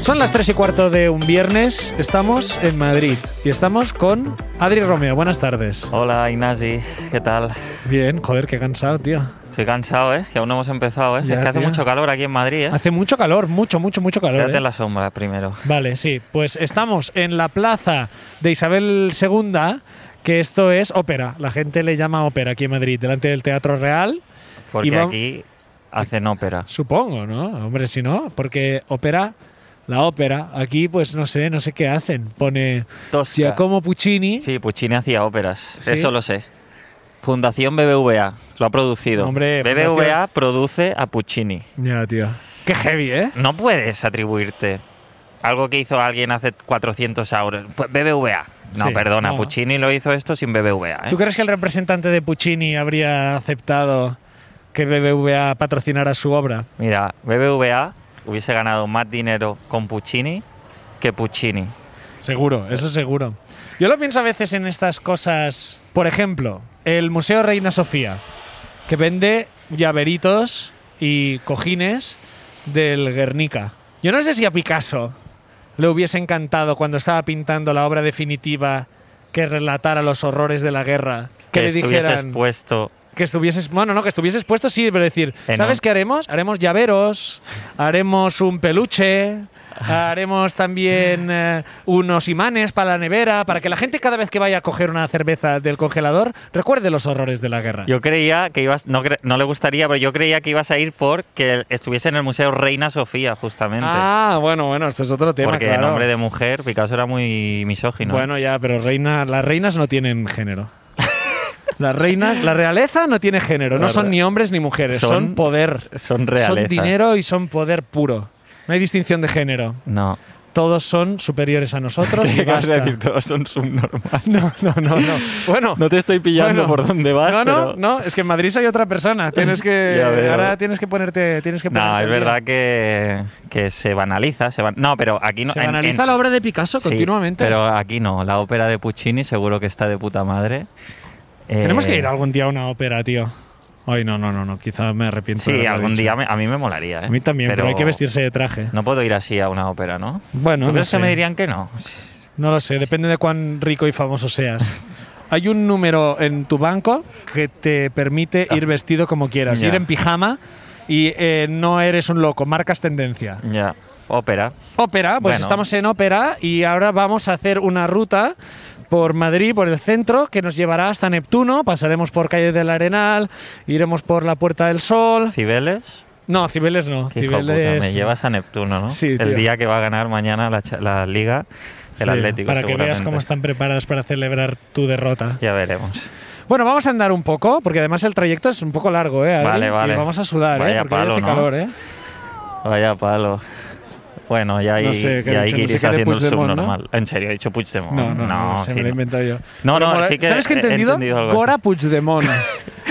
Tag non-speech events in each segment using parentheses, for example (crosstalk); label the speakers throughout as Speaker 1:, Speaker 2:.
Speaker 1: Son las 3 y cuarto de un viernes, estamos en Madrid y estamos con Adri Romeo. Buenas tardes.
Speaker 2: Hola Ignasi, ¿qué tal?
Speaker 1: Bien, joder, qué cansado, tío.
Speaker 2: Estoy cansado, ¿eh? Que aún no hemos empezado, ¿eh?
Speaker 1: Ya,
Speaker 2: es que hace
Speaker 1: tío.
Speaker 2: mucho calor aquí en Madrid, ¿eh?
Speaker 1: Hace mucho calor, mucho, mucho, mucho calor.
Speaker 2: Quédate
Speaker 1: ¿eh?
Speaker 2: en la sombra primero.
Speaker 1: Vale, sí. Pues estamos en la plaza de Isabel II, que esto es ópera. La gente le llama ópera aquí en Madrid, delante del Teatro Real.
Speaker 2: Porque
Speaker 1: Y va-
Speaker 2: aquí hacen ópera.
Speaker 1: Supongo, ¿no? Hombre, si no, porque ópera, la ópera, aquí pues no sé, no sé qué hacen. Pone
Speaker 2: Tosca.
Speaker 1: Giacomo Puccini.
Speaker 2: Sí, Puccini hacía óperas.
Speaker 1: Sí.
Speaker 2: Eso lo sé. Fundación BBVA lo ha producido.
Speaker 1: Hombre,
Speaker 2: BBVA
Speaker 1: Fundación-
Speaker 2: produce a Puccini.
Speaker 1: Ya, tío. Qué heavy, ¿eh?
Speaker 2: No puedes atribuirte algo que hizo alguien hace 400 euros. Pues BBVA. No,
Speaker 1: Sí,
Speaker 2: perdona,
Speaker 1: no.
Speaker 2: Puccini lo hizo esto sin BBVA. ¿eh?
Speaker 1: ¿Tú crees que el representante de Puccini habría aceptado que BBVA patrocinara su obra?
Speaker 2: Mira, BBVA hubiese ganado más dinero con Puccini que Puccini.
Speaker 1: Seguro, eso seguro. Yo lo pienso a veces en estas cosas. Por ejemplo, el Museo Reina Sofía, que vende llaveritos y cojines del Guernica. Yo no sé si a Picasso le hubiese encantado cuando estaba pintando la obra definitiva que relatara los horrores de la guerra, que, le
Speaker 2: estuviese
Speaker 1: dijeran
Speaker 2: expuesto.
Speaker 1: que estuvieses, bueno, no, que estuvieses puesto sí, pero decir,
Speaker 2: En
Speaker 1: ¿sabes
Speaker 2: un-
Speaker 1: qué haremos? Haremos llaveros, haremos un peluche, haremos también eh, unos imanes para la nevera, para que la gente cada vez que vaya a coger una cerveza del congelador recuerde los horrores de la guerra.
Speaker 2: Yo creía que ibas, no, cre- no le gustaría, pero yo creía que ibas a ir porque estuviese en el Museo Reina Sofía, justamente.
Speaker 1: Ah, bueno, bueno, esto es otro tema,
Speaker 2: porque
Speaker 1: claro.
Speaker 2: en nombre de mujer, Picasso era muy misógino.
Speaker 1: Bueno, ya, pero reina, las reinas no tienen
Speaker 2: (laughs)
Speaker 1: género. Las reinas, la realeza no tiene género, no
Speaker 2: La
Speaker 1: son
Speaker 2: re-
Speaker 1: ni hombres ni mujeres, son,
Speaker 2: son
Speaker 1: poder.
Speaker 2: son realeza.
Speaker 1: Son dinero y son poder puro. No hay distinción de género.
Speaker 2: No.
Speaker 1: todos son superiores a
Speaker 2: (laughs)
Speaker 1: nosotros y
Speaker 2: ¿Qué vas
Speaker 1: basta.
Speaker 2: a decir? Todos son subnormales.
Speaker 1: No, no, (laughs) no, no. Bueno,
Speaker 2: (laughs) No te estoy pillando
Speaker 1: bueno.
Speaker 2: por dónde vas,
Speaker 1: no, no,
Speaker 2: pero-
Speaker 1: no, es que en Madrid soy otra persona.
Speaker 2: (laughs)
Speaker 1: Tienes que
Speaker 2: Ya veo.
Speaker 1: ahora tienes que ponerte, tienes que
Speaker 2: No,
Speaker 1: ponerte
Speaker 2: es
Speaker 1: al día.
Speaker 2: verdad que, que se banaliza. Se ban- No, pero aquí no.
Speaker 1: Se
Speaker 2: en- en-
Speaker 1: analiza la obra de Picasso
Speaker 2: Sí,
Speaker 1: continuamente.
Speaker 2: Pero aquí no. La ópera de Puccini seguro que está de puta madre. Eh,
Speaker 1: Tenemos que ir algún día a una ópera, tío. Ay, no, no, no, no, quizá me arrepiento. de
Speaker 2: Sí,
Speaker 1: haberlo
Speaker 2: algún
Speaker 1: dicho.
Speaker 2: día me- a mí me molaría. ¿eh?
Speaker 1: A mí también, pero, hay que vestirse de traje.
Speaker 2: No puedo ir así a una ópera, ¿no?
Speaker 1: Bueno,
Speaker 2: ¿Tú
Speaker 1: no
Speaker 2: crees
Speaker 1: sé.
Speaker 2: que me dirían que no?
Speaker 1: No lo sé, depende de cuán rico y famoso seas.
Speaker 2: (laughs)
Speaker 1: Hay un número en tu banco que te permite ir vestido como quieras,
Speaker 2: Ah. Ya.
Speaker 1: ir en pijama y eh, no eres un loco, marcas tendencia.
Speaker 2: Ya, ópera.
Speaker 1: Ópera, pues
Speaker 2: Bueno.
Speaker 1: estamos en ópera y ahora vamos a hacer una ruta por Madrid, por el centro, que nos llevará hasta Neptuno, pasaremos por Calle del Arenal, iremos por la Puerta del Sol.
Speaker 2: Cibeles.
Speaker 1: No, Cibeles no,
Speaker 2: Qué hijo puta,
Speaker 1: Cibeles...
Speaker 2: me llevas a Neptuno, ¿no?
Speaker 1: Sí, tío.
Speaker 2: El día que va a ganar mañana la, cha- la liga, el
Speaker 1: Sí,
Speaker 2: Atlético.
Speaker 1: Para que veas
Speaker 2: seguramente.
Speaker 1: cómo están preparadas para celebrar tu derrota.
Speaker 2: Ya veremos.
Speaker 1: Bueno, vamos a andar un poco, porque además el trayecto es un poco largo, ¿eh? Adri?
Speaker 2: Vale, vale.
Speaker 1: Y vamos a sudar, ¿eh?
Speaker 2: Vaya
Speaker 1: Porque hoy
Speaker 2: palo,
Speaker 1: hace
Speaker 2: ¿no?
Speaker 1: calor, ¿eh?
Speaker 2: Vaya palo. Bueno, ya ahí,
Speaker 1: No sé, que he
Speaker 2: ya ahí
Speaker 1: dicho, no
Speaker 2: iris
Speaker 1: sé qué de
Speaker 2: haciendo el
Speaker 1: Puigdemont, ¿no?
Speaker 2: subnormal. En serio, he dicho Puigdemont.
Speaker 1: No, no, no, se me lo he
Speaker 2: sí, Oh, no.
Speaker 1: inventado yo.
Speaker 2: No,
Speaker 1: Pero
Speaker 2: no,
Speaker 1: mola-
Speaker 2: sí que
Speaker 1: ¿Sabes qué he
Speaker 2: he
Speaker 1: entendido?
Speaker 2: entendido algo así.
Speaker 1: Gora
Speaker 2: (laughs)
Speaker 1: Puigdemont.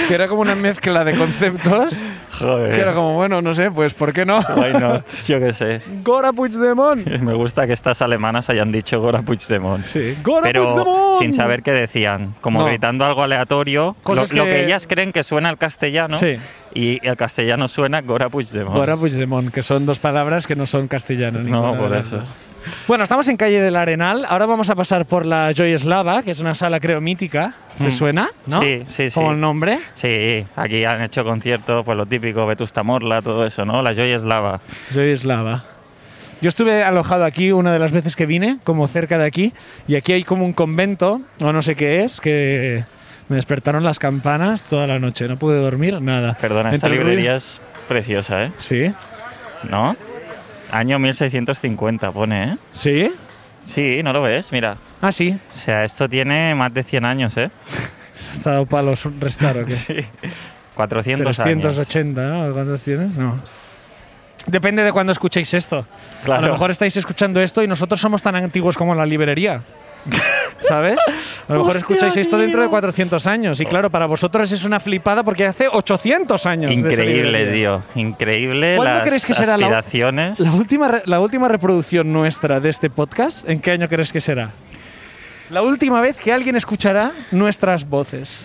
Speaker 1: que era como una mezcla de conceptos.
Speaker 2: Joder.
Speaker 1: que era como, bueno, no sé, pues ¿por qué no?
Speaker 2: Why not? Yo qué sé. (laughs)
Speaker 1: Gora Puigdemont.
Speaker 2: Me gusta que estas alemanas hayan dicho Gora Puigdemont.
Speaker 1: Sí, Gora
Speaker 2: pero
Speaker 1: Puigdemont.
Speaker 2: sin saber qué decían, como
Speaker 1: No.
Speaker 2: gritando algo aleatorio, lo-
Speaker 1: Cosas
Speaker 2: lo, que...
Speaker 1: que
Speaker 2: ellas creen que suena el castellano
Speaker 1: Sí.
Speaker 2: y el castellano suena Gora Puigdemont.
Speaker 1: Gora Puigdemont, que son dos palabras que no son castellanas. ninguna de
Speaker 2: por
Speaker 1: las
Speaker 2: eso.
Speaker 1: dos. Bueno, estamos en calle del Arenal. Ahora vamos a pasar por la Joy Slava, que es una sala, creo, mítica. ¿Te
Speaker 2: Mm.
Speaker 1: suena? ¿No?
Speaker 2: Sí, sí, sí.
Speaker 1: Como el nombre.
Speaker 2: Sí, aquí han hecho conciertos, pues lo típico, Vetusta Morla, todo eso, ¿no? La joya eslava.
Speaker 1: Joy Slava. Yo estuve alojado aquí una de las veces que vine, como cerca de aquí, y aquí hay como un convento, o no sé qué es, que me despertaron las campanas toda la noche. No pude dormir, nada.
Speaker 2: Perdona, esta
Speaker 1: Entre el ruido-
Speaker 2: librería es preciosa, ¿eh?
Speaker 1: Sí,
Speaker 2: ¿No? Año 1650 pone, ¿eh?
Speaker 1: sí.
Speaker 2: Sí, ¿no lo ves? Mira.
Speaker 1: Ah, sí.
Speaker 2: O sea, esto tiene más de 100 años, ¿eh?
Speaker 1: Está dado palos restar o qué.
Speaker 2: Sí. 400 años.
Speaker 1: 380, ¿no? ¿Cuántos tienes? No. Depende de cuándo escuchéis esto.
Speaker 2: Claro.
Speaker 1: A lo mejor estáis escuchando esto y nosotros somos tan antiguos como la
Speaker 2: (laughs)
Speaker 1: librería. ¿Sabes? A lo mejor
Speaker 2: Hostia,
Speaker 1: escucháis esto dentro de
Speaker 2: tío.
Speaker 1: 400 años. Y claro, para vosotros es una flipada porque hace 800 años. de esa
Speaker 2: Increíble,
Speaker 1: librería.
Speaker 2: tío. Increíble
Speaker 1: ¿Cuándo
Speaker 2: las
Speaker 1: crees que será la-
Speaker 2: aspiraciones.
Speaker 1: La última, re- la última reproducción nuestra de este podcast, ¿en qué año crees que será? La última vez que alguien escuchará nuestras voces.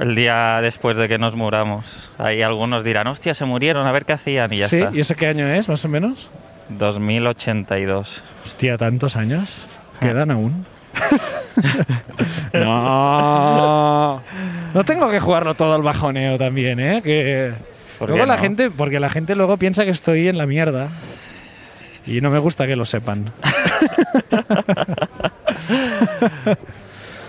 Speaker 2: El día después de que nos muramos. Ahí algunos dirán, hostia, se murieron, a ver qué hacían y ya
Speaker 1: ¿Sí?
Speaker 2: está.
Speaker 1: ¿Y ese qué año es, más o menos?
Speaker 2: 2082.
Speaker 1: Hostia, ¿tantos años? ¿Quedan
Speaker 2: Ah. (laughs)
Speaker 1: aún? no. No tengo que jugarlo todo al bajoneo también, ¿eh? Que
Speaker 2: ¿Por
Speaker 1: luego
Speaker 2: qué
Speaker 1: la
Speaker 2: no?
Speaker 1: gente, porque la gente luego piensa que estoy en la mierda. Y no me gusta que lo sepan.
Speaker 2: (laughs)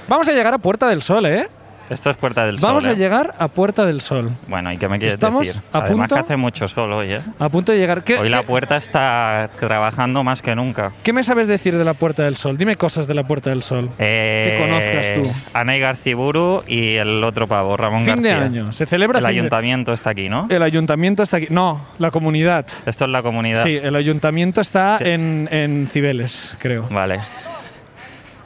Speaker 1: Vamos a llegar a Puerta del Sol, ¿eh?
Speaker 2: Esto es Puerta del
Speaker 1: Vamos
Speaker 2: Sol.
Speaker 1: a
Speaker 2: ¿eh?
Speaker 1: llegar a Puerta del Sol.
Speaker 2: Bueno, ¿y qué me quieres
Speaker 1: Estamos
Speaker 2: decir?
Speaker 1: a
Speaker 2: Además
Speaker 1: punto-
Speaker 2: que hace mucho sol hoy, ¿eh?
Speaker 1: A punto de llegar. ¿Qué,
Speaker 2: Hoy la
Speaker 1: qué-
Speaker 2: puerta está trabajando más que nunca.
Speaker 1: qué me sabes decir de la Puerta del Sol? Dime cosas de la Puerta del Sol.
Speaker 2: Eh,
Speaker 1: Que conozcas
Speaker 2: Anay Garciburu y el otro pavo, Ramón
Speaker 1: fin de
Speaker 2: García.
Speaker 1: año. Se celebra
Speaker 2: El
Speaker 1: fin de-
Speaker 2: ayuntamiento está aquí, ¿no?
Speaker 1: El ayuntamiento está aquí. No, la comunidad.
Speaker 2: Esto es la comunidad.
Speaker 1: Sí, el ayuntamiento está
Speaker 2: ¿Qué?
Speaker 1: en, en Cibeles, creo.
Speaker 2: Vale.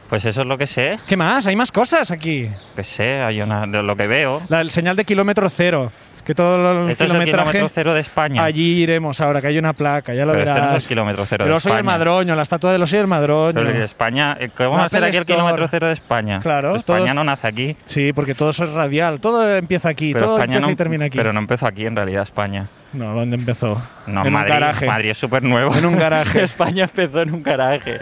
Speaker 2: Pues eso es lo que sé.
Speaker 1: ¿Qué más? Hay más cosas aquí.
Speaker 2: Que sé, hay una, de lo que veo.
Speaker 1: La, el señal de kilómetro cero. Que todo el
Speaker 2: Esto es el
Speaker 1: kilometraje.
Speaker 2: kilómetro cero de España.
Speaker 1: allí iremos ahora, que hay una placa, ya lo
Speaker 2: pero
Speaker 1: verás.
Speaker 2: este no es el kilómetro cero
Speaker 1: Pero
Speaker 2: de
Speaker 1: soy
Speaker 2: España.
Speaker 1: el madroño, la estatua de los soy el madroño.
Speaker 2: Pero de España, eh, ¿cómo
Speaker 1: La
Speaker 2: va a ser
Speaker 1: Apple
Speaker 2: aquí el
Speaker 1: Store.
Speaker 2: kilómetro cero de España?
Speaker 1: Claro,
Speaker 2: España
Speaker 1: todos-
Speaker 2: no nace aquí.
Speaker 1: Sí, porque todo eso es radial, todo empieza aquí,
Speaker 2: Pero
Speaker 1: todo
Speaker 2: España
Speaker 1: empieza
Speaker 2: no,
Speaker 1: y termina aquí.
Speaker 2: Pero no empezó aquí en realidad España.
Speaker 1: No, ¿dónde empezó?
Speaker 2: No,
Speaker 1: en
Speaker 2: Madrid,
Speaker 1: un garaje.
Speaker 2: Madrid es súper nuevo.
Speaker 1: En un garaje.
Speaker 2: (laughs) España empezó en un garaje.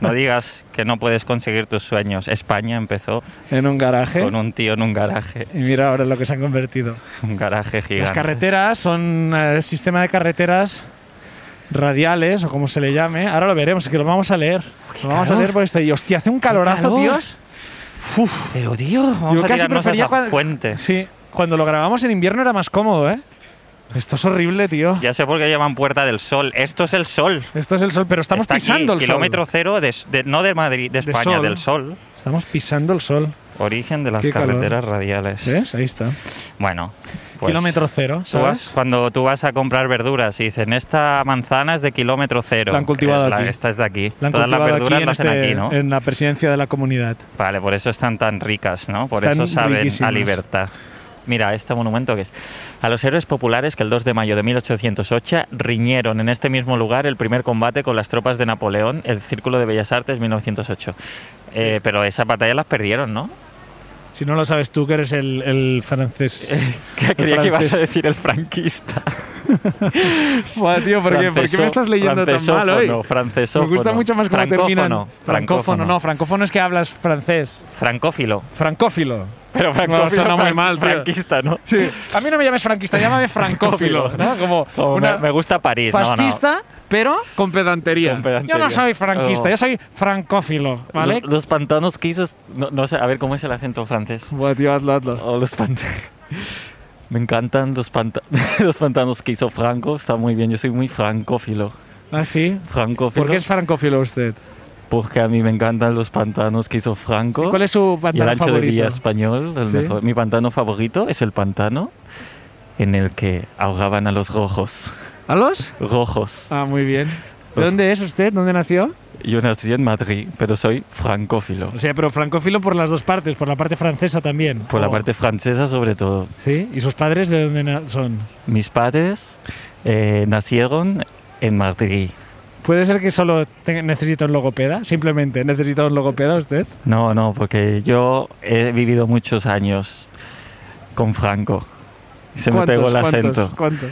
Speaker 2: No digas que no puedes conseguir tus sueños. España empezó
Speaker 1: En un garaje.
Speaker 2: con un tío en un garaje.
Speaker 1: Y mira ahora en lo que se han convertido.
Speaker 2: Un garaje gigante.
Speaker 1: Las carreteras son eh, sistema de carreteras radiales o como se le llame. Ahora lo veremos, que lo vamos a leer. Lo vamos a
Speaker 2: calor.
Speaker 1: leer por este. Y hostia, hace un calorazo,
Speaker 2: calor.
Speaker 1: tíos. Uf.
Speaker 2: Pero tío, vamos
Speaker 1: Yo
Speaker 2: a
Speaker 1: casi
Speaker 2: tirarnos a
Speaker 1: prefería
Speaker 2: esa
Speaker 1: cuando-
Speaker 2: fuente.
Speaker 1: Sí, cuando lo grabamos en invierno era más cómodo, ¿eh? Esto es horrible, tío.
Speaker 2: Ya sé por qué llaman Puerta del Sol. Esto es el sol.
Speaker 1: Esto es el sol, pero estamos
Speaker 2: Está aquí,
Speaker 1: pisando el
Speaker 2: kilómetro
Speaker 1: sol.
Speaker 2: cero, de, de- no de Madrid, de
Speaker 1: De
Speaker 2: España,
Speaker 1: sol.
Speaker 2: del sol.
Speaker 1: Estamos pisando el sol.
Speaker 2: Origen de las
Speaker 1: Qué calor.
Speaker 2: carreteras radiales.
Speaker 1: ¿Ves? Ahí está.
Speaker 2: Bueno, pues
Speaker 1: kilómetro cero,
Speaker 2: tú vas-
Speaker 1: ¿sabes?
Speaker 2: cuando tú vas a comprar verduras y dicen, esta manzana es de kilómetro cero.
Speaker 1: La han cultivado
Speaker 2: Eh, la-
Speaker 1: aquí.
Speaker 2: Esta es de aquí.
Speaker 1: La han
Speaker 2: Todas las
Speaker 1: cultivado
Speaker 2: verduras
Speaker 1: en,
Speaker 2: las hacen
Speaker 1: este-
Speaker 2: aquí, ¿no?
Speaker 1: en la presidencia de la comunidad.
Speaker 2: Vale, por eso están tan ricas, ¿no? Por
Speaker 1: Están
Speaker 2: eso saben a
Speaker 1: riquísimas.
Speaker 2: libertad. Mira, este monumento que es a los héroes populares que el 2 de mayo de 1808 riñeron en este mismo lugar el primer combate con las tropas de Napoleón, el Círculo de Bellas Artes 1908. Eh, pero esas batallas las perdieron, ¿no? (laughs)
Speaker 1: Si no lo sabes tú, que eres el, el
Speaker 2: (laughs)
Speaker 1: francés.
Speaker 2: Creía que ibas a
Speaker 1: francés.
Speaker 2: decir
Speaker 1: (laughs)
Speaker 2: el franquista.
Speaker 1: Buah, tío, ¿por qué, ¿por qué me estás leyendo tan mal hoy?
Speaker 2: Francesófono,
Speaker 1: Me
Speaker 2: francesófono.
Speaker 1: gusta mucho más cómo terminan.
Speaker 2: Francófono,
Speaker 1: Francófono, no, francófono es que hablas francés.
Speaker 2: Francófilo. (laughs)
Speaker 1: Francófilo.
Speaker 2: Pero francófilo
Speaker 1: suena muy
Speaker 2: fran-
Speaker 1: mal, tío.
Speaker 2: franquista, ¿no?
Speaker 1: Sí. A mí no me llames franquista, llámame francófilo, ¿no? Como,
Speaker 2: (laughs) Como
Speaker 1: una
Speaker 2: me, me gusta París. no, no.
Speaker 1: fascista, pero con pedantería.
Speaker 2: Con pedantería.
Speaker 1: Yo no soy franquista,
Speaker 2: Oh.
Speaker 1: yo soy francófilo, ¿vale?
Speaker 2: Los, los pantanos que hizo. es- No, no sé, a ver cómo es el acento francés.
Speaker 1: Buah, tío, hazlo, hazlo.
Speaker 2: Oh, los pant- (laughs) Me encantan los, panta- (laughs) los pantanos que hizo Franco. Está muy bien. Yo soy muy francófilo.
Speaker 1: ¿Ah, sí?
Speaker 2: Francófilo.
Speaker 1: ¿Por qué es francófilo usted?
Speaker 2: Porque a mí me encantan los pantanos que hizo Franco.
Speaker 1: ¿Cuál es su
Speaker 2: y el
Speaker 1: pantano
Speaker 2: ancho de Villa
Speaker 1: favorito?
Speaker 2: Español, el
Speaker 1: ¿Sí?
Speaker 2: mejor. Mi pantano favorito es el pantano en el que ahogaban a los rojos.
Speaker 1: ¿A los?
Speaker 2: Rojos.
Speaker 1: Ah, muy bien. ¿De
Speaker 2: Los-
Speaker 1: dónde es usted? ¿Dónde nació?
Speaker 2: Yo nací en Madrid, pero soy francófilo.
Speaker 1: O sea, pero francófilo por las dos partes, por la parte francesa también.
Speaker 2: Por la
Speaker 1: Oh.
Speaker 2: parte francesa sobre todo.
Speaker 1: ¿Sí? ¿Y sus padres de dónde na- son?
Speaker 2: Mis padres eh, nacieron en Madrid.
Speaker 1: ¿Puede ser que solo te- necesita un logopeda? Simplemente, ¿necesita un logopeda usted?
Speaker 2: No, no, porque yo he vivido muchos años con Franco. Se me
Speaker 1: ¿Cuántos,
Speaker 2: pegó el
Speaker 1: cuántos,
Speaker 2: acento.
Speaker 1: cuántos?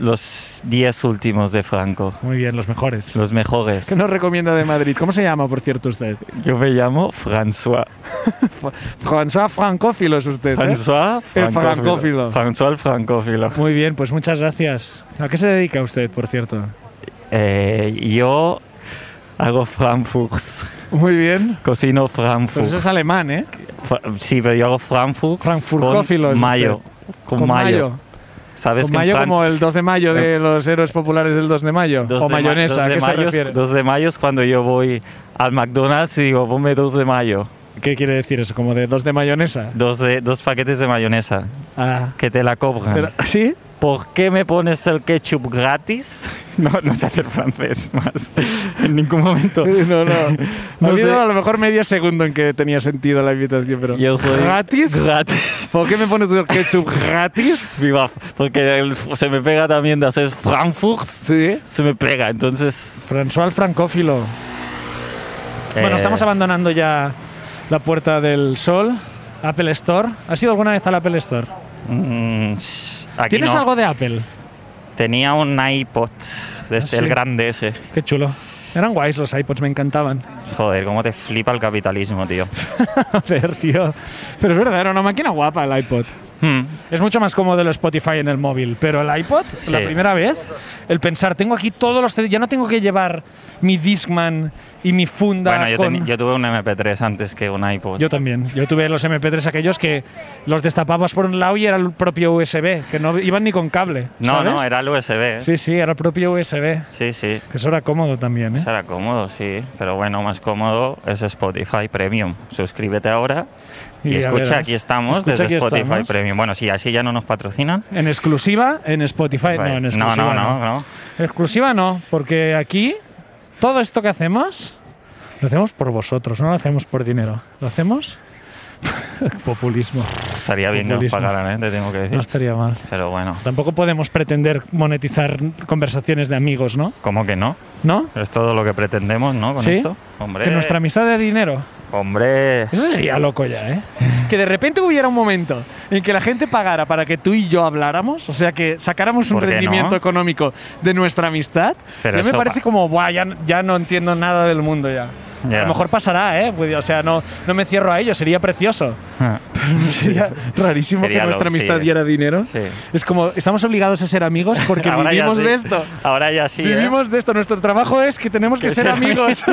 Speaker 2: Los 10 últimos de Franco.
Speaker 1: Muy bien, los mejores.
Speaker 2: Los mejores.
Speaker 1: ¿Qué nos recomienda de Madrid? ¿Cómo se llama, por cierto, usted?
Speaker 2: Yo me llamo François.
Speaker 1: ¿Eh? François Francófilo es usted. ¿eh?
Speaker 2: François
Speaker 1: El francófilo.
Speaker 2: francófilo. François el francófilo.
Speaker 1: Muy bien, pues muchas gracias. ¿A qué se dedica usted, por cierto?
Speaker 2: Eh, yo hago Frankfurt.
Speaker 1: Muy bien.
Speaker 2: Cocino
Speaker 1: Pero
Speaker 2: Frankfurt.
Speaker 1: eso es alemán, ¿eh?
Speaker 2: Fra- Sí, pero yo hago Frankfurt.
Speaker 1: Frankfurtófilo es
Speaker 2: Con mayo. Con, mayo. ¿Sabes
Speaker 1: Con
Speaker 2: que en
Speaker 1: mayo
Speaker 2: Fran-
Speaker 1: como el 2 de mayo de los héroes populares del 2 de mayo.
Speaker 2: dos
Speaker 1: o
Speaker 2: de ma-
Speaker 1: mayonesa,
Speaker 2: dos
Speaker 1: ¿a
Speaker 2: de
Speaker 1: qué se
Speaker 2: mayo es-
Speaker 1: refiere?
Speaker 2: Dos de mayo es cuando yo voy al McDonald's y digo, ponme dos de mayo.
Speaker 1: ¿Qué quiere decir eso? ¿Como de 2 de mayonesa?
Speaker 2: Dos, de, dos paquetes de mayonesa.
Speaker 1: Ah.
Speaker 2: Que te la cobran.
Speaker 1: Pero- ¿Sí?
Speaker 2: ¿Por qué me pones el
Speaker 1: (laughs)
Speaker 2: ketchup gratis? No, no sé hacer francés más. En ningún
Speaker 1: (laughs)
Speaker 2: momento.
Speaker 1: No, no.
Speaker 2: No
Speaker 1: ha habido
Speaker 2: sé.
Speaker 1: a lo mejor medio segundo en que tenía sentido la invitación, pero.
Speaker 2: Yo soy
Speaker 1: ¿Gratis?
Speaker 2: Gratis. (laughs)
Speaker 1: ¿Por qué me pones el ketchup gratis?
Speaker 2: Viva, porque el- se me pega también de hacer Frankfurt.
Speaker 1: Sí.
Speaker 2: Se me pega, entonces...
Speaker 1: François el francófilo. Bueno,
Speaker 2: eh,
Speaker 1: estamos abandonando ya la puerta del sol. Apple Store. ¿Has ido alguna vez al Apple Store?
Speaker 2: mm, shh, aquí
Speaker 1: ¿Tienes
Speaker 2: no.
Speaker 1: algo de Apple?
Speaker 2: Tenía un iPod, de este,
Speaker 1: Ah, sí.
Speaker 2: el grande ese.
Speaker 1: Qué chulo. Eran guays los iPods, me encantaban. (laughs)
Speaker 2: Joder, cómo te flipa el capitalismo, tío.
Speaker 1: A ver, tío. Pero es verdad, era una máquina guapa el iPod.
Speaker 2: Hmm.
Speaker 1: Es mucho más cómodo el Spotify en el móvil, pero el iPod, la
Speaker 2: Sí.
Speaker 1: primera vez, el pensar, tengo aquí todos los CDs, ya no tengo que llevar mi Discman y mi funda
Speaker 2: Bueno, yo,
Speaker 1: con-
Speaker 2: teni- yo tuve un MP3 antes que un iPod.
Speaker 1: Yo también. Yo tuve los MP3 aquellos que los destapabas por un lado y era el propio USB, que no iban ni con cable.
Speaker 2: no,
Speaker 1: ¿sabes?
Speaker 2: no, era el USB. ¿eh?
Speaker 1: Sí, sí, era el propio USB.
Speaker 2: sí. sí.
Speaker 1: Que eso era cómodo también, ¿eh?
Speaker 2: Será cómodo, sí, pero bueno, más cómodo es Spotify Premium. Suscríbete ahora y,
Speaker 1: Y ya
Speaker 2: escucha,
Speaker 1: verás.
Speaker 2: aquí estamos
Speaker 1: Escucha,
Speaker 2: desde
Speaker 1: aquí
Speaker 2: Spotify
Speaker 1: estamos.
Speaker 2: Premium. Bueno, sí, así ya no nos patrocinan. pues,
Speaker 1: En exclusiva, en Spotify. No, en
Speaker 2: no,
Speaker 1: exclusiva.
Speaker 2: no, no, no.
Speaker 1: Exclusiva no, porque aquí todo esto que hacemos lo hacemos por vosotros, no lo hacemos por dinero. Lo hacemos (laughs) populismo.
Speaker 2: Estaría bien que nos
Speaker 1: Populismo.
Speaker 2: pagaran, ¿eh? te tengo que decir.
Speaker 1: No estaría mal.
Speaker 2: Pero bueno,
Speaker 1: Tampoco podemos pretender monetizar conversaciones de amigos, ¿no?
Speaker 2: ¿cómo que no?
Speaker 1: ¿No?
Speaker 2: Es todo lo que pretendemos, ¿no? Con
Speaker 1: ¿Sí?
Speaker 2: esto. Hombre,
Speaker 1: Que nuestra amistad de dinero.
Speaker 2: hombre.
Speaker 1: Eso sería loco ya, ¿eh? Que de repente hubiera un momento en que la gente pagara para que tú y yo habláramos, o sea, que sacáramos un
Speaker 2: ¿Por qué
Speaker 1: rendimiento
Speaker 2: no?
Speaker 1: económico de nuestra amistad.
Speaker 2: Pero
Speaker 1: ya me
Speaker 2: eso
Speaker 1: parece
Speaker 2: pa-
Speaker 1: como, Buah, ya, ya no entiendo nada del mundo ya.
Speaker 2: Ya.
Speaker 1: A lo mejor pasará, ¿eh? Pues, O sea, no, no me cierro a ello, sería
Speaker 2: (laughs)
Speaker 1: precioso.
Speaker 2: Ah,
Speaker 1: Sería rarísimo que
Speaker 2: Sería lo-
Speaker 1: nuestra
Speaker 2: sí,
Speaker 1: amistad
Speaker 2: eh.
Speaker 1: diera dinero.
Speaker 2: (laughs) Sí.
Speaker 1: Es como, estamos obligados a ser amigos porque
Speaker 2: ahora ya
Speaker 1: vivimos
Speaker 2: sí.
Speaker 1: de esto.
Speaker 2: Ahora ya sí. ¿eh?
Speaker 1: Vivimos de esto. Nuestro trabajo es que tenemos que,
Speaker 2: Que
Speaker 1: ser
Speaker 2: ser
Speaker 1: amigos.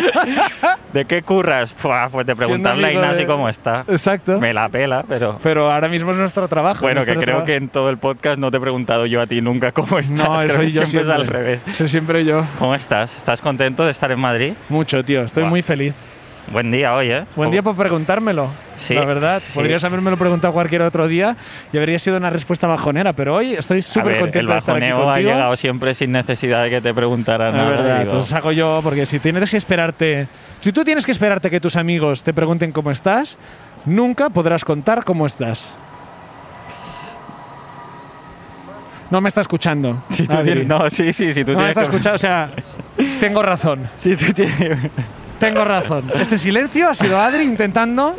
Speaker 2: (laughs) ¿De qué curras? Fua, Pues te preguntarle a
Speaker 1: amigo
Speaker 2: Ignasi
Speaker 1: de- Pues
Speaker 2: cómo está.
Speaker 1: (laughs) Exacto.
Speaker 2: Me la pela, pero.
Speaker 1: Pero ahora mismo es nuestro trabajo.
Speaker 2: Bueno, que
Speaker 1: nuestro
Speaker 2: creo
Speaker 1: traba-
Speaker 2: que en todo el podcast no te he preguntado yo a ti nunca cómo
Speaker 1: (laughs)
Speaker 2: estás. (laughs)
Speaker 1: No,
Speaker 2: creo
Speaker 1: soy
Speaker 2: que
Speaker 1: yo
Speaker 2: siempre, es al revés.
Speaker 1: Soy siempre yo.
Speaker 2: ¿Cómo estás? ¿Estás contento de estar en Madrid?
Speaker 1: Mucho, tío. Estoy
Speaker 2: Buah.
Speaker 1: muy feliz.
Speaker 2: Buen día hoy, ¿eh?
Speaker 1: Buen día por preguntármelo.
Speaker 2: Sí,
Speaker 1: La verdad.
Speaker 2: sí.
Speaker 1: Podrías habérmelo preguntado cualquier otro día y habría sido una respuesta bajonera, pero hoy estoy
Speaker 2: a ver,
Speaker 1: súper
Speaker 2: el
Speaker 1: contento pues, de estar aquí
Speaker 2: bajoneo ha
Speaker 1: contigo.
Speaker 2: llegado siempre sin necesidad de que te preguntaran
Speaker 1: La
Speaker 2: nada.
Speaker 1: verdad,
Speaker 2: digo,
Speaker 1: entonces hago yo, porque si tienes que esperarte. Si tú tienes que esperarte que tus amigos te pregunten cómo estás, nunca podrás contar cómo estás. No me está escuchando.
Speaker 2: (laughs) (laughs) si tú
Speaker 1: nadie.
Speaker 2: tienes- no, sí, sí, si tú
Speaker 1: no me
Speaker 2: tienes
Speaker 1: está
Speaker 2: que-
Speaker 1: escuchando, o sea, tengo razón.
Speaker 2: (laughs) Si tú tienes-
Speaker 1: Tengo razón. Este silencio ha sido Adri intentando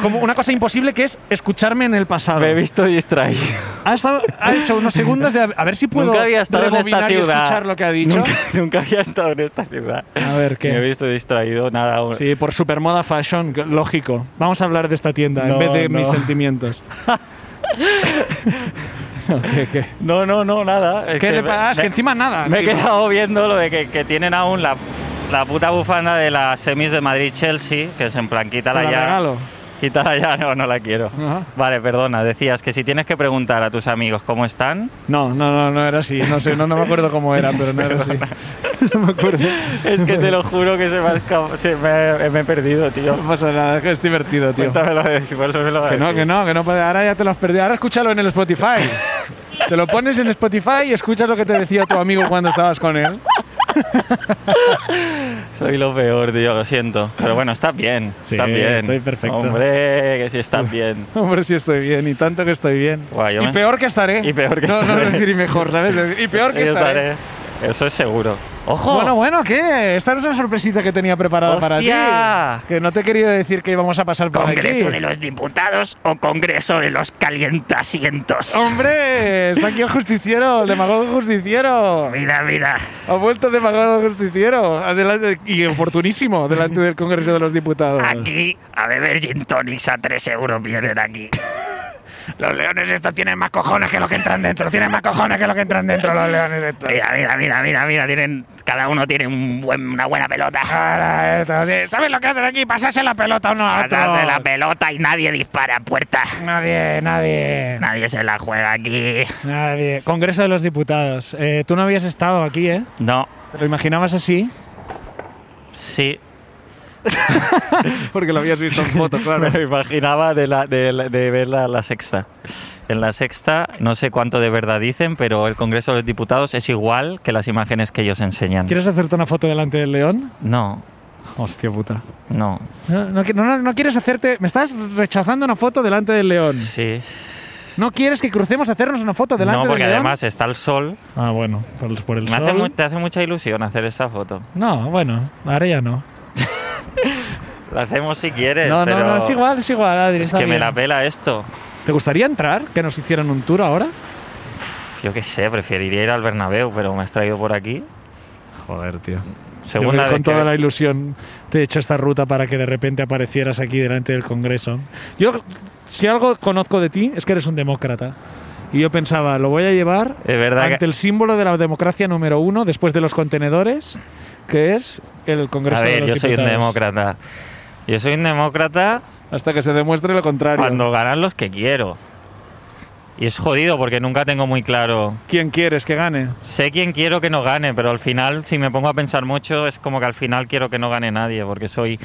Speaker 1: como una cosa imposible que es escucharme en el pasado.
Speaker 2: Me he visto distraído.
Speaker 1: Ha, estado- ha hecho unos segundos de a- a ver si puedo
Speaker 2: nunca había estado en esta
Speaker 1: rebobinar y
Speaker 2: ciudad.
Speaker 1: escuchar lo que ha dicho.
Speaker 2: Nunca, (laughs) nunca había estado en esta ciudad.
Speaker 1: A ver
Speaker 2: Me he
Speaker 1: qué.
Speaker 2: visto distraído, nada. un-
Speaker 1: Sí, por supermoda fashion, que- lógico. Vamos a hablar de esta tienda en
Speaker 2: No,
Speaker 1: vez de
Speaker 2: no.
Speaker 1: mis
Speaker 2: (laughs)
Speaker 1: sentimientos. No, ¿Qué, qué?
Speaker 2: No, no, no, nada. Es
Speaker 1: ¿Qué
Speaker 2: que
Speaker 1: le
Speaker 2: me-
Speaker 1: pasa? Es
Speaker 2: me-
Speaker 1: que encima nada.
Speaker 2: Me he
Speaker 1: tío.
Speaker 2: quedado viendo lo de que, que tienen aún la, la puta bufanda de las semis de Madrid-Chelsea, que es en plan,
Speaker 1: Te
Speaker 2: quítala
Speaker 1: la
Speaker 2: ya.
Speaker 1: regalo. Mm.
Speaker 2: Quítala ya, no, no la quiero.
Speaker 1: Ajá.
Speaker 2: Vale, perdona, decías que si tienes que preguntar a tus amigos cómo están, (laughs)
Speaker 1: No, no, no, no era así. No sé, no, no me acuerdo cómo era, pero no era así. (laughs) No me acuerdo.
Speaker 2: es que te lo juro que se me ha, escapado- se me, me he perdido, tío.
Speaker 1: No pasa nada, es que es divertido, tío.
Speaker 2: Cuéntamelo, de- vuélvemelo a
Speaker 1: Que no,
Speaker 2: decir.
Speaker 1: que no, que no. puede- Ahora ya te lo has perdido. Ahora escúchalo en el
Speaker 2: (laughs)
Speaker 1: Spotify. te lo pones en Spotify y escuchas lo que te decía tu amigo cuando estabas con él. (laughs)
Speaker 2: Soy lo peor, tío, lo siento. Pero bueno, estás bien,
Speaker 1: Sí,
Speaker 2: estás bien.
Speaker 1: estoy perfecto.
Speaker 2: Hombre, que sí estás bien.
Speaker 1: Hombre, si estoy bien, y tanto que estoy bien.
Speaker 2: Guau, yo
Speaker 1: y
Speaker 2: me-
Speaker 1: peor que estaré.
Speaker 2: Y peor que
Speaker 1: no, No,
Speaker 2: estaré.
Speaker 1: decir y mejor,
Speaker 2: (laughs)
Speaker 1: ¿sabes? Y peor que
Speaker 2: Yo
Speaker 1: estaré.
Speaker 2: Eso es seguro. ¡Ojo!
Speaker 1: Bueno, bueno, ¿qué? Esta es una sorpresita que tenía preparada para
Speaker 2: ¡Hostia!
Speaker 1: ti. Que no te he querido decir que íbamos a pasar por
Speaker 3: ¿Congreso
Speaker 1: aquí.
Speaker 3: de los Diputados o Congreso de los Calientasientos?
Speaker 1: ¡Hombre! Está aquí el justiciero, el demagogo justiciero.
Speaker 3: Mira, mira.
Speaker 1: Ha vuelto demagogo justiciero. Adelante, y oportunísimo delante del Congreso de los Diputados.
Speaker 3: Ah. Aquí a beber gin tonics a 3 euros vienen (laughs) aquí. Los leones estos tienen más cojones que los que entran dentro. Tienen más cojones que los que entran dentro los leones estos. Mira, mira, mira, mira, mira. Tienen, cada uno tiene un buen- una buena pelota.
Speaker 1: Ahora, esto, sí. ¿Sabes lo que hacen aquí? Pasarse la pelota uno a otro.
Speaker 3: Atrás de la pelota y nadie dispara a puerta.
Speaker 1: nadie, nadie.
Speaker 3: Nadie se la juega aquí.
Speaker 1: Nadie. Congreso de los Diputados. Eh, tú no habías estado aquí, ¿eh?
Speaker 2: No,
Speaker 1: ¿Te lo imaginabas así?
Speaker 2: sí,
Speaker 1: Porque lo habías visto en foto,
Speaker 2: (laughs) Me lo imaginaba de, la, de, la- de ver la, la sexta. En la sexta, no sé cuánto de verdad dicen, pero el Congreso de los Diputados es igual que las imágenes que ellos enseñan.
Speaker 1: ¿Quieres hacerte una foto delante del león?
Speaker 2: No,
Speaker 1: Hostia puta.
Speaker 2: no,
Speaker 1: No, no, qui- no, no- no quieres hacerte. Me estás rechazando una foto delante del león.
Speaker 2: sí.
Speaker 1: No quieres que crucemos a hacernos una foto delante
Speaker 2: No, porque
Speaker 1: del león.
Speaker 2: además está el sol.
Speaker 1: Ah, bueno, por el, por el
Speaker 2: Me
Speaker 1: sol.
Speaker 2: hace mu- te hace mucha ilusión hacer esta foto.
Speaker 1: No, bueno, ahora ya no.
Speaker 2: La hacemos si quieres,
Speaker 1: No,
Speaker 2: pero
Speaker 1: no, no, es igual, es igual, Adri.
Speaker 2: es
Speaker 1: está
Speaker 2: que me
Speaker 1: bien.
Speaker 2: la pela esto.
Speaker 1: ¿Te gustaría entrar? ¿Que nos hicieran un tour ahora?
Speaker 2: Pff, Yo qué sé, preferiría ir al Bernabéu, pero me has traído por aquí.
Speaker 1: Joder, tío.
Speaker 2: Segunda
Speaker 1: Yo
Speaker 2: vez
Speaker 1: con
Speaker 2: que-
Speaker 1: toda la ilusión te he hecho esta ruta para que de repente aparecieras aquí delante del Congreso. Yo, si algo conozco de ti, es que eres un demócrata. Y yo pensaba, lo voy a llevar
Speaker 2: Es verdad que-
Speaker 1: ante el símbolo de la democracia número uno, después de los contenedores, que es el Congreso
Speaker 2: A
Speaker 1: de
Speaker 2: ver,
Speaker 1: los
Speaker 2: yo soy un
Speaker 1: Diputados.
Speaker 2: demócrata. Yo soy un demócrata
Speaker 1: Hasta que se demuestre lo contrario.
Speaker 2: cuando ganan los que quiero. Y es jodido porque nunca tengo muy claro.
Speaker 1: ¿Quién quieres que gane?
Speaker 2: Sé quién quiero que no gane, pero al final, si me pongo a pensar mucho, es como que al final quiero que no gane nadie, porque soy.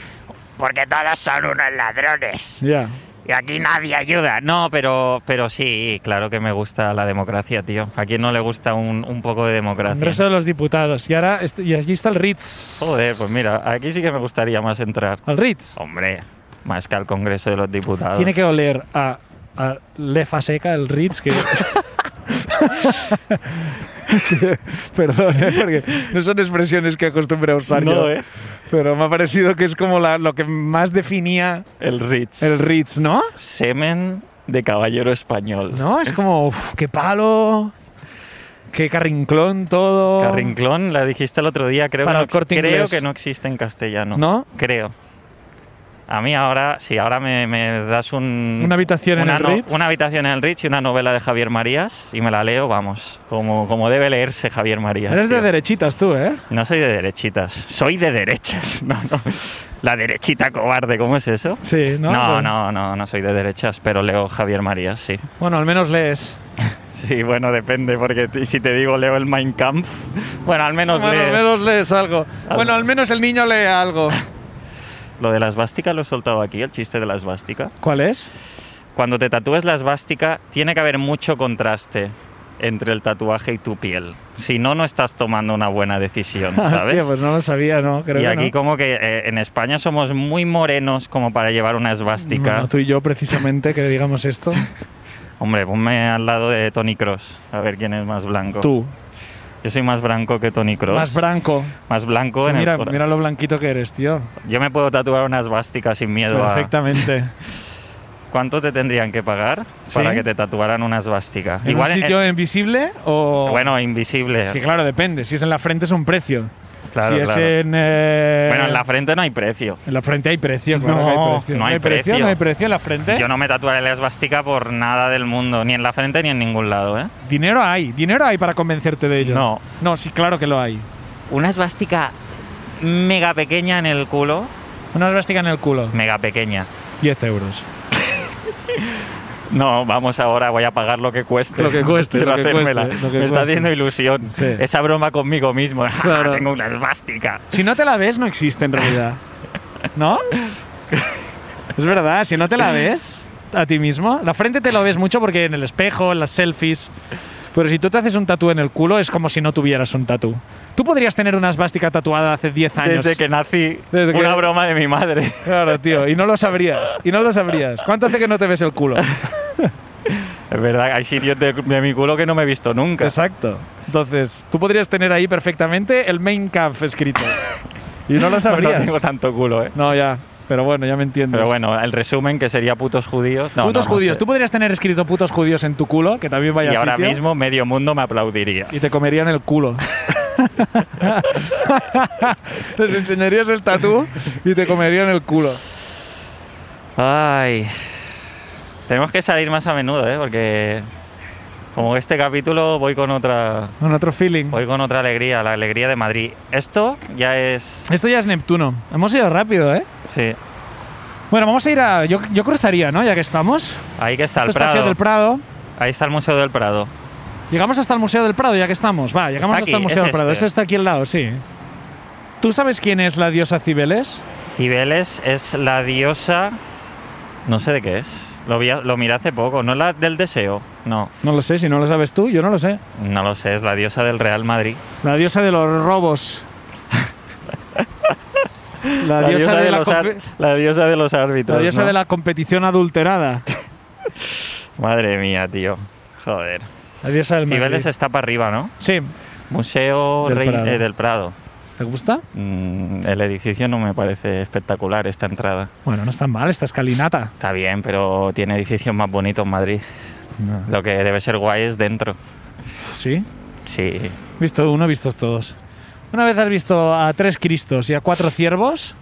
Speaker 3: Porque todos son unos ladrones.
Speaker 1: Ya.
Speaker 3: Y aquí nadie ayuda.
Speaker 2: Ayuda. No, pero, pero sí, claro que me gusta la democracia, tío. ¿A quién no le gusta un, un poco de
Speaker 1: Congreso
Speaker 2: democracia?
Speaker 1: de los Diputados. Y ahora, est- y allí está el Ritz.
Speaker 2: Joder, pues mira, aquí sí que me gustaría más entrar.
Speaker 1: Al Ritz.
Speaker 2: Hombre, más que al Congreso de los Diputados.
Speaker 1: Tiene que oler a, a lefa seca el Ritz que... (laughs) Perdón, ¿eh? porque no son expresiones que acostumbra a usar
Speaker 2: No,
Speaker 1: yo,
Speaker 2: ¿eh?
Speaker 1: pero me ha parecido que es como la- lo que más definía
Speaker 2: El Ritz.
Speaker 1: el Ritz, ¿no?
Speaker 2: Semen de caballero español.
Speaker 1: ¿No? Es como, uf, qué palo, qué carrinclón todo.
Speaker 2: Carrinclón, la dijiste el otro día, creo,
Speaker 1: Para el
Speaker 2: que, no,
Speaker 1: Corte
Speaker 2: creo
Speaker 1: Inglés.
Speaker 2: que no existe en castellano.
Speaker 1: ¿No?
Speaker 2: Creo. A mí ahora, si ahora me, me das un...
Speaker 1: Una habitación en
Speaker 2: una
Speaker 1: el
Speaker 2: no-
Speaker 1: Ritz.
Speaker 2: Una habitación en el Ritz y una novela de Javier Marías y me la leo, vamos, como, como debe leerse Javier Marías.
Speaker 1: Eres de
Speaker 2: tío.
Speaker 1: derechitas tú, ¿eh?
Speaker 2: No soy de derechitas, soy de derechas. (laughs) No, no. La derechita cobarde, ¿cómo es eso?
Speaker 1: Sí, ¿no?
Speaker 2: no,
Speaker 1: Pues-
Speaker 2: no, no, no soy de derechas, pero leo Javier Marías, sí.
Speaker 1: Bueno, al menos lees.
Speaker 2: Sí, bueno, depende, porque t- si te digo leo el Mein Kampf, (laughs) bueno, al menos
Speaker 1: bueno,
Speaker 2: lee.
Speaker 1: al menos lees algo. Bueno, al menos el niño lee algo.
Speaker 2: Lo de la esvástica lo he soltado aquí, el chiste de la esvástica.
Speaker 1: ¿Cuál es?
Speaker 2: Cuando te tatúes la esvástica, tiene que haber mucho contraste entre el tatuaje y tu piel. Si no, no estás tomando una
Speaker 1: (laughs)
Speaker 2: buena decisión, ¿sabes?
Speaker 1: Hostia, pues no lo sabía, ¿no? Creo
Speaker 2: y
Speaker 1: que
Speaker 2: aquí
Speaker 1: no.
Speaker 2: como que eh, en España somos muy morenos como para llevar una esvástica.
Speaker 1: Bueno, tú y yo precisamente que digamos
Speaker 2: (laughs)
Speaker 1: esto.
Speaker 2: Hombre, ponme al lado de Tony Cross, a ver quién es más blanco.
Speaker 1: tú,
Speaker 2: Yo soy más blanco que Tony Cross.
Speaker 1: más branco.
Speaker 2: Más blanco en el
Speaker 1: Mira,
Speaker 2: cora-
Speaker 1: mira lo blanquito que eres, tío.
Speaker 2: Yo me puedo tatuar una esvástica sin miedo a... (laughs)
Speaker 1: Perfectamente.
Speaker 2: ¿Cuánto te tendrían que pagar para
Speaker 1: ¿Sí?
Speaker 2: que te tatuaran una esvástica?
Speaker 1: ¿En un
Speaker 2: en-
Speaker 1: sitio invisible o...?
Speaker 2: Bueno, invisible.
Speaker 1: Sí, claro, depende. Si es en la frente es un precio.
Speaker 2: Claro,
Speaker 1: si es
Speaker 2: claro.
Speaker 1: en... eh,
Speaker 2: Bueno, en la frente no hay precio.
Speaker 1: en la frente hay precio, claro
Speaker 2: No,
Speaker 1: que hay precio.
Speaker 2: no hay precio.
Speaker 1: ¿No hay precio en la frente?
Speaker 2: Yo no me tatuaré la esvástica por nada del mundo, ni en la frente ni en ningún lado, ¿eh?
Speaker 1: Dinero hay. Dinero hay para convencerte de ello.
Speaker 2: No.
Speaker 1: No, sí, claro que lo hay.
Speaker 2: Una esvástica mega pequeña en el culo,
Speaker 1: Una esvástica en el culo.
Speaker 2: mega pequeña.
Speaker 1: 10 euros.
Speaker 2: No, vamos ahora, voy a pagar lo que cueste.
Speaker 1: Lo que cueste,
Speaker 2: Quiero
Speaker 1: lo que
Speaker 2: hacérmela.
Speaker 1: cueste, lo que
Speaker 2: me está
Speaker 1: cueste.
Speaker 2: haciendo ilusión.
Speaker 1: Sí.
Speaker 2: Esa broma conmigo mismo. (laughs) Ah,
Speaker 1: Claro.
Speaker 2: Tengo una esvástica.
Speaker 1: Si no te la ves, no existe en realidad. ¿No? Es verdad, si no te la ves a ti mismo, la frente te lo ves mucho porque en el espejo, en las selfies. Pero si tú te haces un tatú en el culo, es como si no tuvieras un tatú. Tú podrías tener una esvástica tatuada hace 10 años.
Speaker 2: Desde que nací,
Speaker 1: Desde que-
Speaker 2: una broma de mi madre. (laughs)
Speaker 1: Claro, tío, y no lo sabrías. Y no lo sabrías. ¿Cuánto hace que no te ves el culo?
Speaker 2: Es verdad, hay sitios de, de mi culo que no me he visto nunca.
Speaker 1: Exacto. Entonces, tú podrías tener ahí perfectamente el main calf escrito. Y no lo
Speaker 2: (laughs) No
Speaker 1: sabrías.
Speaker 2: tengo tanto culo, ¿eh?
Speaker 1: No, ya. Pero bueno, ya me entiendes.
Speaker 2: Pero bueno, el resumen que sería putos judíos. No,
Speaker 1: putos
Speaker 2: no, no
Speaker 1: judíos.
Speaker 2: sé.
Speaker 1: Tú podrías tener escrito putos judíos en tu culo, que también vaya
Speaker 2: y ahora
Speaker 1: sitio,
Speaker 2: mismo medio mundo me aplaudiría.
Speaker 1: Y te comerían el culo. (laughs) Les enseñarías el tatú y te comerían el culo.
Speaker 2: Ay. Tenemos que salir más a menudo, ¿eh? Porque como este capítulo voy con otra
Speaker 1: Un otro feeling.
Speaker 2: voy con otra alegría, la alegría de Madrid. Esto ya es
Speaker 1: Esto ya es Neptuno. Hemos ido rápido, ¿eh?
Speaker 2: sí.
Speaker 1: Bueno, vamos a ir a. Yo, yo cruzaría, ¿no? Ya que estamos.
Speaker 2: Ahí que está
Speaker 1: Esto
Speaker 2: el
Speaker 1: es Paseo
Speaker 2: Prado.
Speaker 1: del Prado.
Speaker 2: Ahí está el Museo del Prado.
Speaker 1: Llegamos hasta el Museo del Prado, ya que estamos. Va, llegamos
Speaker 2: Está aquí,
Speaker 1: hasta el Museo
Speaker 2: es
Speaker 1: del Prado.
Speaker 2: este.
Speaker 1: Ese está aquí al lado, sí. ¿Tú sabes quién es la diosa Cibeles?
Speaker 2: Cibeles es la diosa no sé de qué es. Lo, vi- lo miré hace poco, no es la del deseo. No,
Speaker 1: No lo sé, si no lo sabes tú, yo no lo sé.
Speaker 2: no lo sé, es la diosa del Real Madrid.
Speaker 1: La diosa de los robos. La, diosa, de, la,
Speaker 2: los
Speaker 1: compe-
Speaker 2: ar- la diosa de los árbitros.
Speaker 1: la diosa
Speaker 2: ¿no?
Speaker 1: de la competición adulterada.
Speaker 2: Madre mía, tío. Joder.
Speaker 1: La diosa del Madrid.
Speaker 2: Cibeles está para arriba, ¿no?
Speaker 1: Sí.
Speaker 2: Museo
Speaker 1: Del
Speaker 2: Rey- eh, del,
Speaker 1: Prado.
Speaker 2: Prado.
Speaker 1: ¿Te gusta?
Speaker 2: Mm, el edificio no me parece espectacular esta entrada.
Speaker 1: Bueno, no está mal esta escalinata.
Speaker 2: Está bien, pero tiene edificios más bonitos en Madrid. Lo que debe ser guay es dentro.
Speaker 1: Sí.
Speaker 2: Sí.
Speaker 1: Visto uno, vistos todos. Una vez has visto a tres cristos y a cuatro ciervos,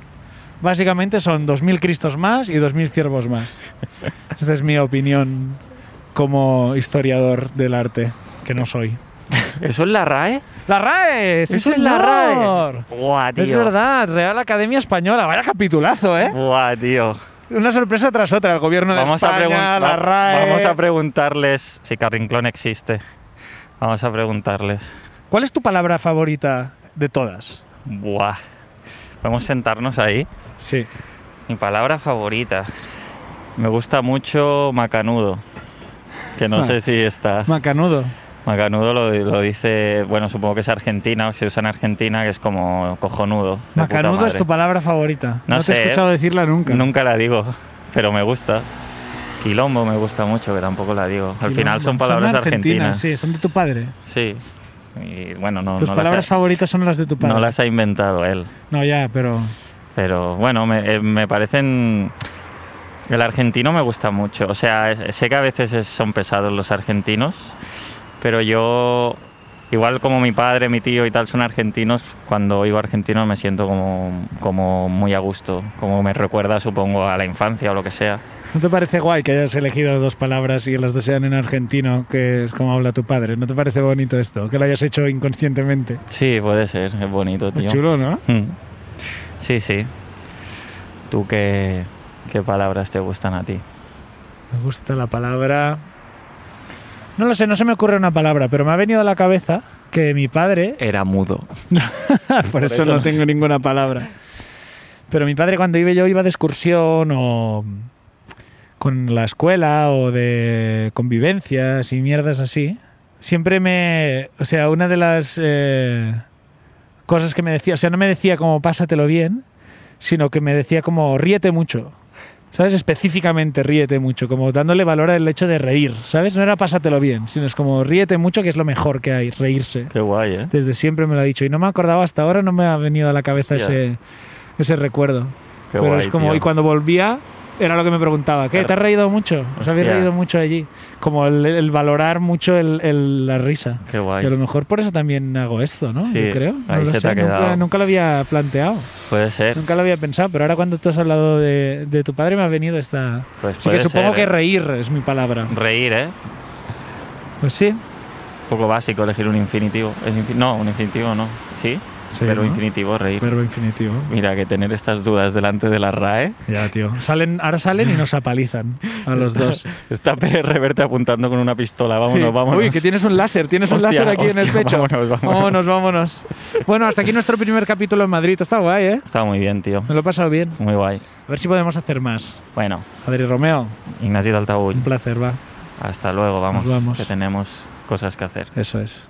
Speaker 1: básicamente son dos mil cristos más y dos mil ciervos más. Esta es mi opinión como historiador del arte, que no soy.
Speaker 2: ¿Eso es la RAE?
Speaker 1: ¡La RAE! ¡Sí,
Speaker 2: Eso es la
Speaker 1: señor!
Speaker 2: RAE. Buah, tío.
Speaker 1: Es verdad, Real Academia Española. Vaya capitulazo, ¿eh?
Speaker 2: Buah, tío.
Speaker 1: Una sorpresa tras otra. El gobierno de
Speaker 2: Vamos a,
Speaker 1: España, la
Speaker 2: pregun- va-
Speaker 1: RAE...
Speaker 2: vamos a preguntarles si Carrinclón existe. Vamos a preguntarles.
Speaker 1: ¿Cuál es tu palabra favorita de todas?
Speaker 2: Buah. Podemos sentarnos ahí.
Speaker 1: Sí.
Speaker 2: Mi palabra favorita. Me gusta mucho macanudo. Que no
Speaker 1: Ah.
Speaker 2: sé si está.
Speaker 1: Macanudo.
Speaker 2: Macanudo lo, lo dice, bueno, supongo que es Argentina, o se usa en Argentina, que es como cojonudo. de puta
Speaker 1: Macanudo es
Speaker 2: madre.
Speaker 1: tu palabra favorita. No,
Speaker 2: No
Speaker 1: te
Speaker 2: sé,
Speaker 1: he escuchado
Speaker 2: ¿eh?
Speaker 1: decirla nunca.
Speaker 2: Nunca la digo, (laughs) pero me gusta. Quilombo me gusta mucho, que tampoco la digo. Al final son
Speaker 1: Quilombo.
Speaker 2: palabras
Speaker 1: argentinas,
Speaker 2: argentinas.
Speaker 1: Sí, son de tu padre.
Speaker 2: Sí. Y bueno, no,
Speaker 1: Tus
Speaker 2: no
Speaker 1: palabras
Speaker 2: las ha,
Speaker 1: favoritas son las de tu padre.
Speaker 2: no las ha inventado él.
Speaker 1: No, ya, pero.
Speaker 2: Pero bueno, me, eh, me parecen... El argentino me gusta mucho. O sea, es- sé que a veces es- son pesados los argentinos, pero yo, igual como mi padre, mi tío y tal son argentinos, cuando oigo argentino me siento como, como muy a gusto, como me recuerda, supongo, a la infancia o lo que sea.
Speaker 1: ¿No te parece guay que hayas elegido dos palabras y las dos sean en argentino, que es como habla tu padre? ¿No te parece bonito esto? Que lo hayas hecho inconscientemente.
Speaker 2: Sí, puede ser, es bonito, tío.
Speaker 1: Es chulo, ¿no?
Speaker 2: Mm. Sí, sí. ¿Tú qué, qué palabras te gustan a ti?
Speaker 1: Me gusta la palabra. No lo sé, no se me ocurre una palabra, pero me ha venido a la cabeza que mi padre
Speaker 2: Era mudo.
Speaker 1: (laughs) Por, eso, no tengo ninguna palabra. Pero mi padre cuando iba yo iba de excursión o con la escuela o de convivencias y mierdas así. Siempre me... O sea, una de las eh, cosas que me decía, o sea, no me decía como pásatelo bien, sino que me decía como ríete mucho. ¿Sabes? Específicamente ríete mucho, como dándole valor al hecho de reír, ¿sabes? No era pásatelo bien, sino es como ríete mucho, que es lo mejor que hay, reírse.
Speaker 2: Qué guay, ¿eh?
Speaker 1: Desde siempre me lo ha dicho. Y no me acordaba hasta ahora, no me ha venido a la cabeza
Speaker 2: Hostia.
Speaker 1: ese, ese recuerdo.
Speaker 2: Qué
Speaker 1: Pero
Speaker 2: guay,
Speaker 1: es como,
Speaker 2: tío.
Speaker 1: y cuando volvía, era lo que me preguntaba. ¿Qué? ¿Te has reído mucho? ¿Os habéis
Speaker 2: Hostia.
Speaker 1: reído mucho allí? Como el, el valorar mucho el- el- la risa.
Speaker 2: Qué guay.
Speaker 1: Y a lo mejor por eso también hago esto, ¿no?
Speaker 2: Sí,
Speaker 1: Yo creo. No
Speaker 2: ahí
Speaker 1: lo
Speaker 2: se te
Speaker 1: sé,
Speaker 2: ha
Speaker 1: nunca,
Speaker 2: quedado.
Speaker 1: nunca lo había planteado,
Speaker 2: Puede ser.
Speaker 1: nunca lo había pensado, pero ahora cuando tú has hablado de, de tu padre me ha venido esta...
Speaker 2: Pues
Speaker 1: Así
Speaker 2: puede
Speaker 1: que supongo
Speaker 2: ser,
Speaker 1: que
Speaker 2: ¿eh?
Speaker 1: reír es mi palabra.
Speaker 2: Reír, ¿eh?
Speaker 1: Pues sí.
Speaker 2: Un poco básico elegir un infinitivo. Es infi- no, un infinitivo no. ¿Sí?
Speaker 1: Sí,
Speaker 2: Pero
Speaker 1: ¿no?
Speaker 2: infinitivo, reír.
Speaker 1: Verbo infinitivo.
Speaker 2: Mira, que tener estas dudas delante de la RAE.
Speaker 1: Ya, tío. Salen, ahora salen y nos apalizan a los
Speaker 2: (laughs)
Speaker 1: dos.
Speaker 2: Está PR Verte apuntando con una pistola. Vámonos,
Speaker 1: Sí.
Speaker 2: vámonos.
Speaker 1: Uy, que tienes un láser, tienes
Speaker 2: Hostia,
Speaker 1: un láser aquí en el
Speaker 2: hostia,
Speaker 1: pecho.
Speaker 2: vámonos, vámonos.
Speaker 1: vámonos, vámonos. Bueno, hasta aquí nuestro primer capítulo en Madrid. Está guay, ¿eh?
Speaker 2: Está muy bien, tío.
Speaker 1: Me lo he pasado bien.
Speaker 2: Muy guay.
Speaker 1: A ver si podemos hacer más.
Speaker 2: Bueno,
Speaker 1: Adri Romeo,
Speaker 2: Ignacio Altabull.
Speaker 1: un placer, va.
Speaker 2: Hasta luego, vamos.
Speaker 1: vamos.
Speaker 2: Que tenemos cosas que hacer.
Speaker 1: Eso es.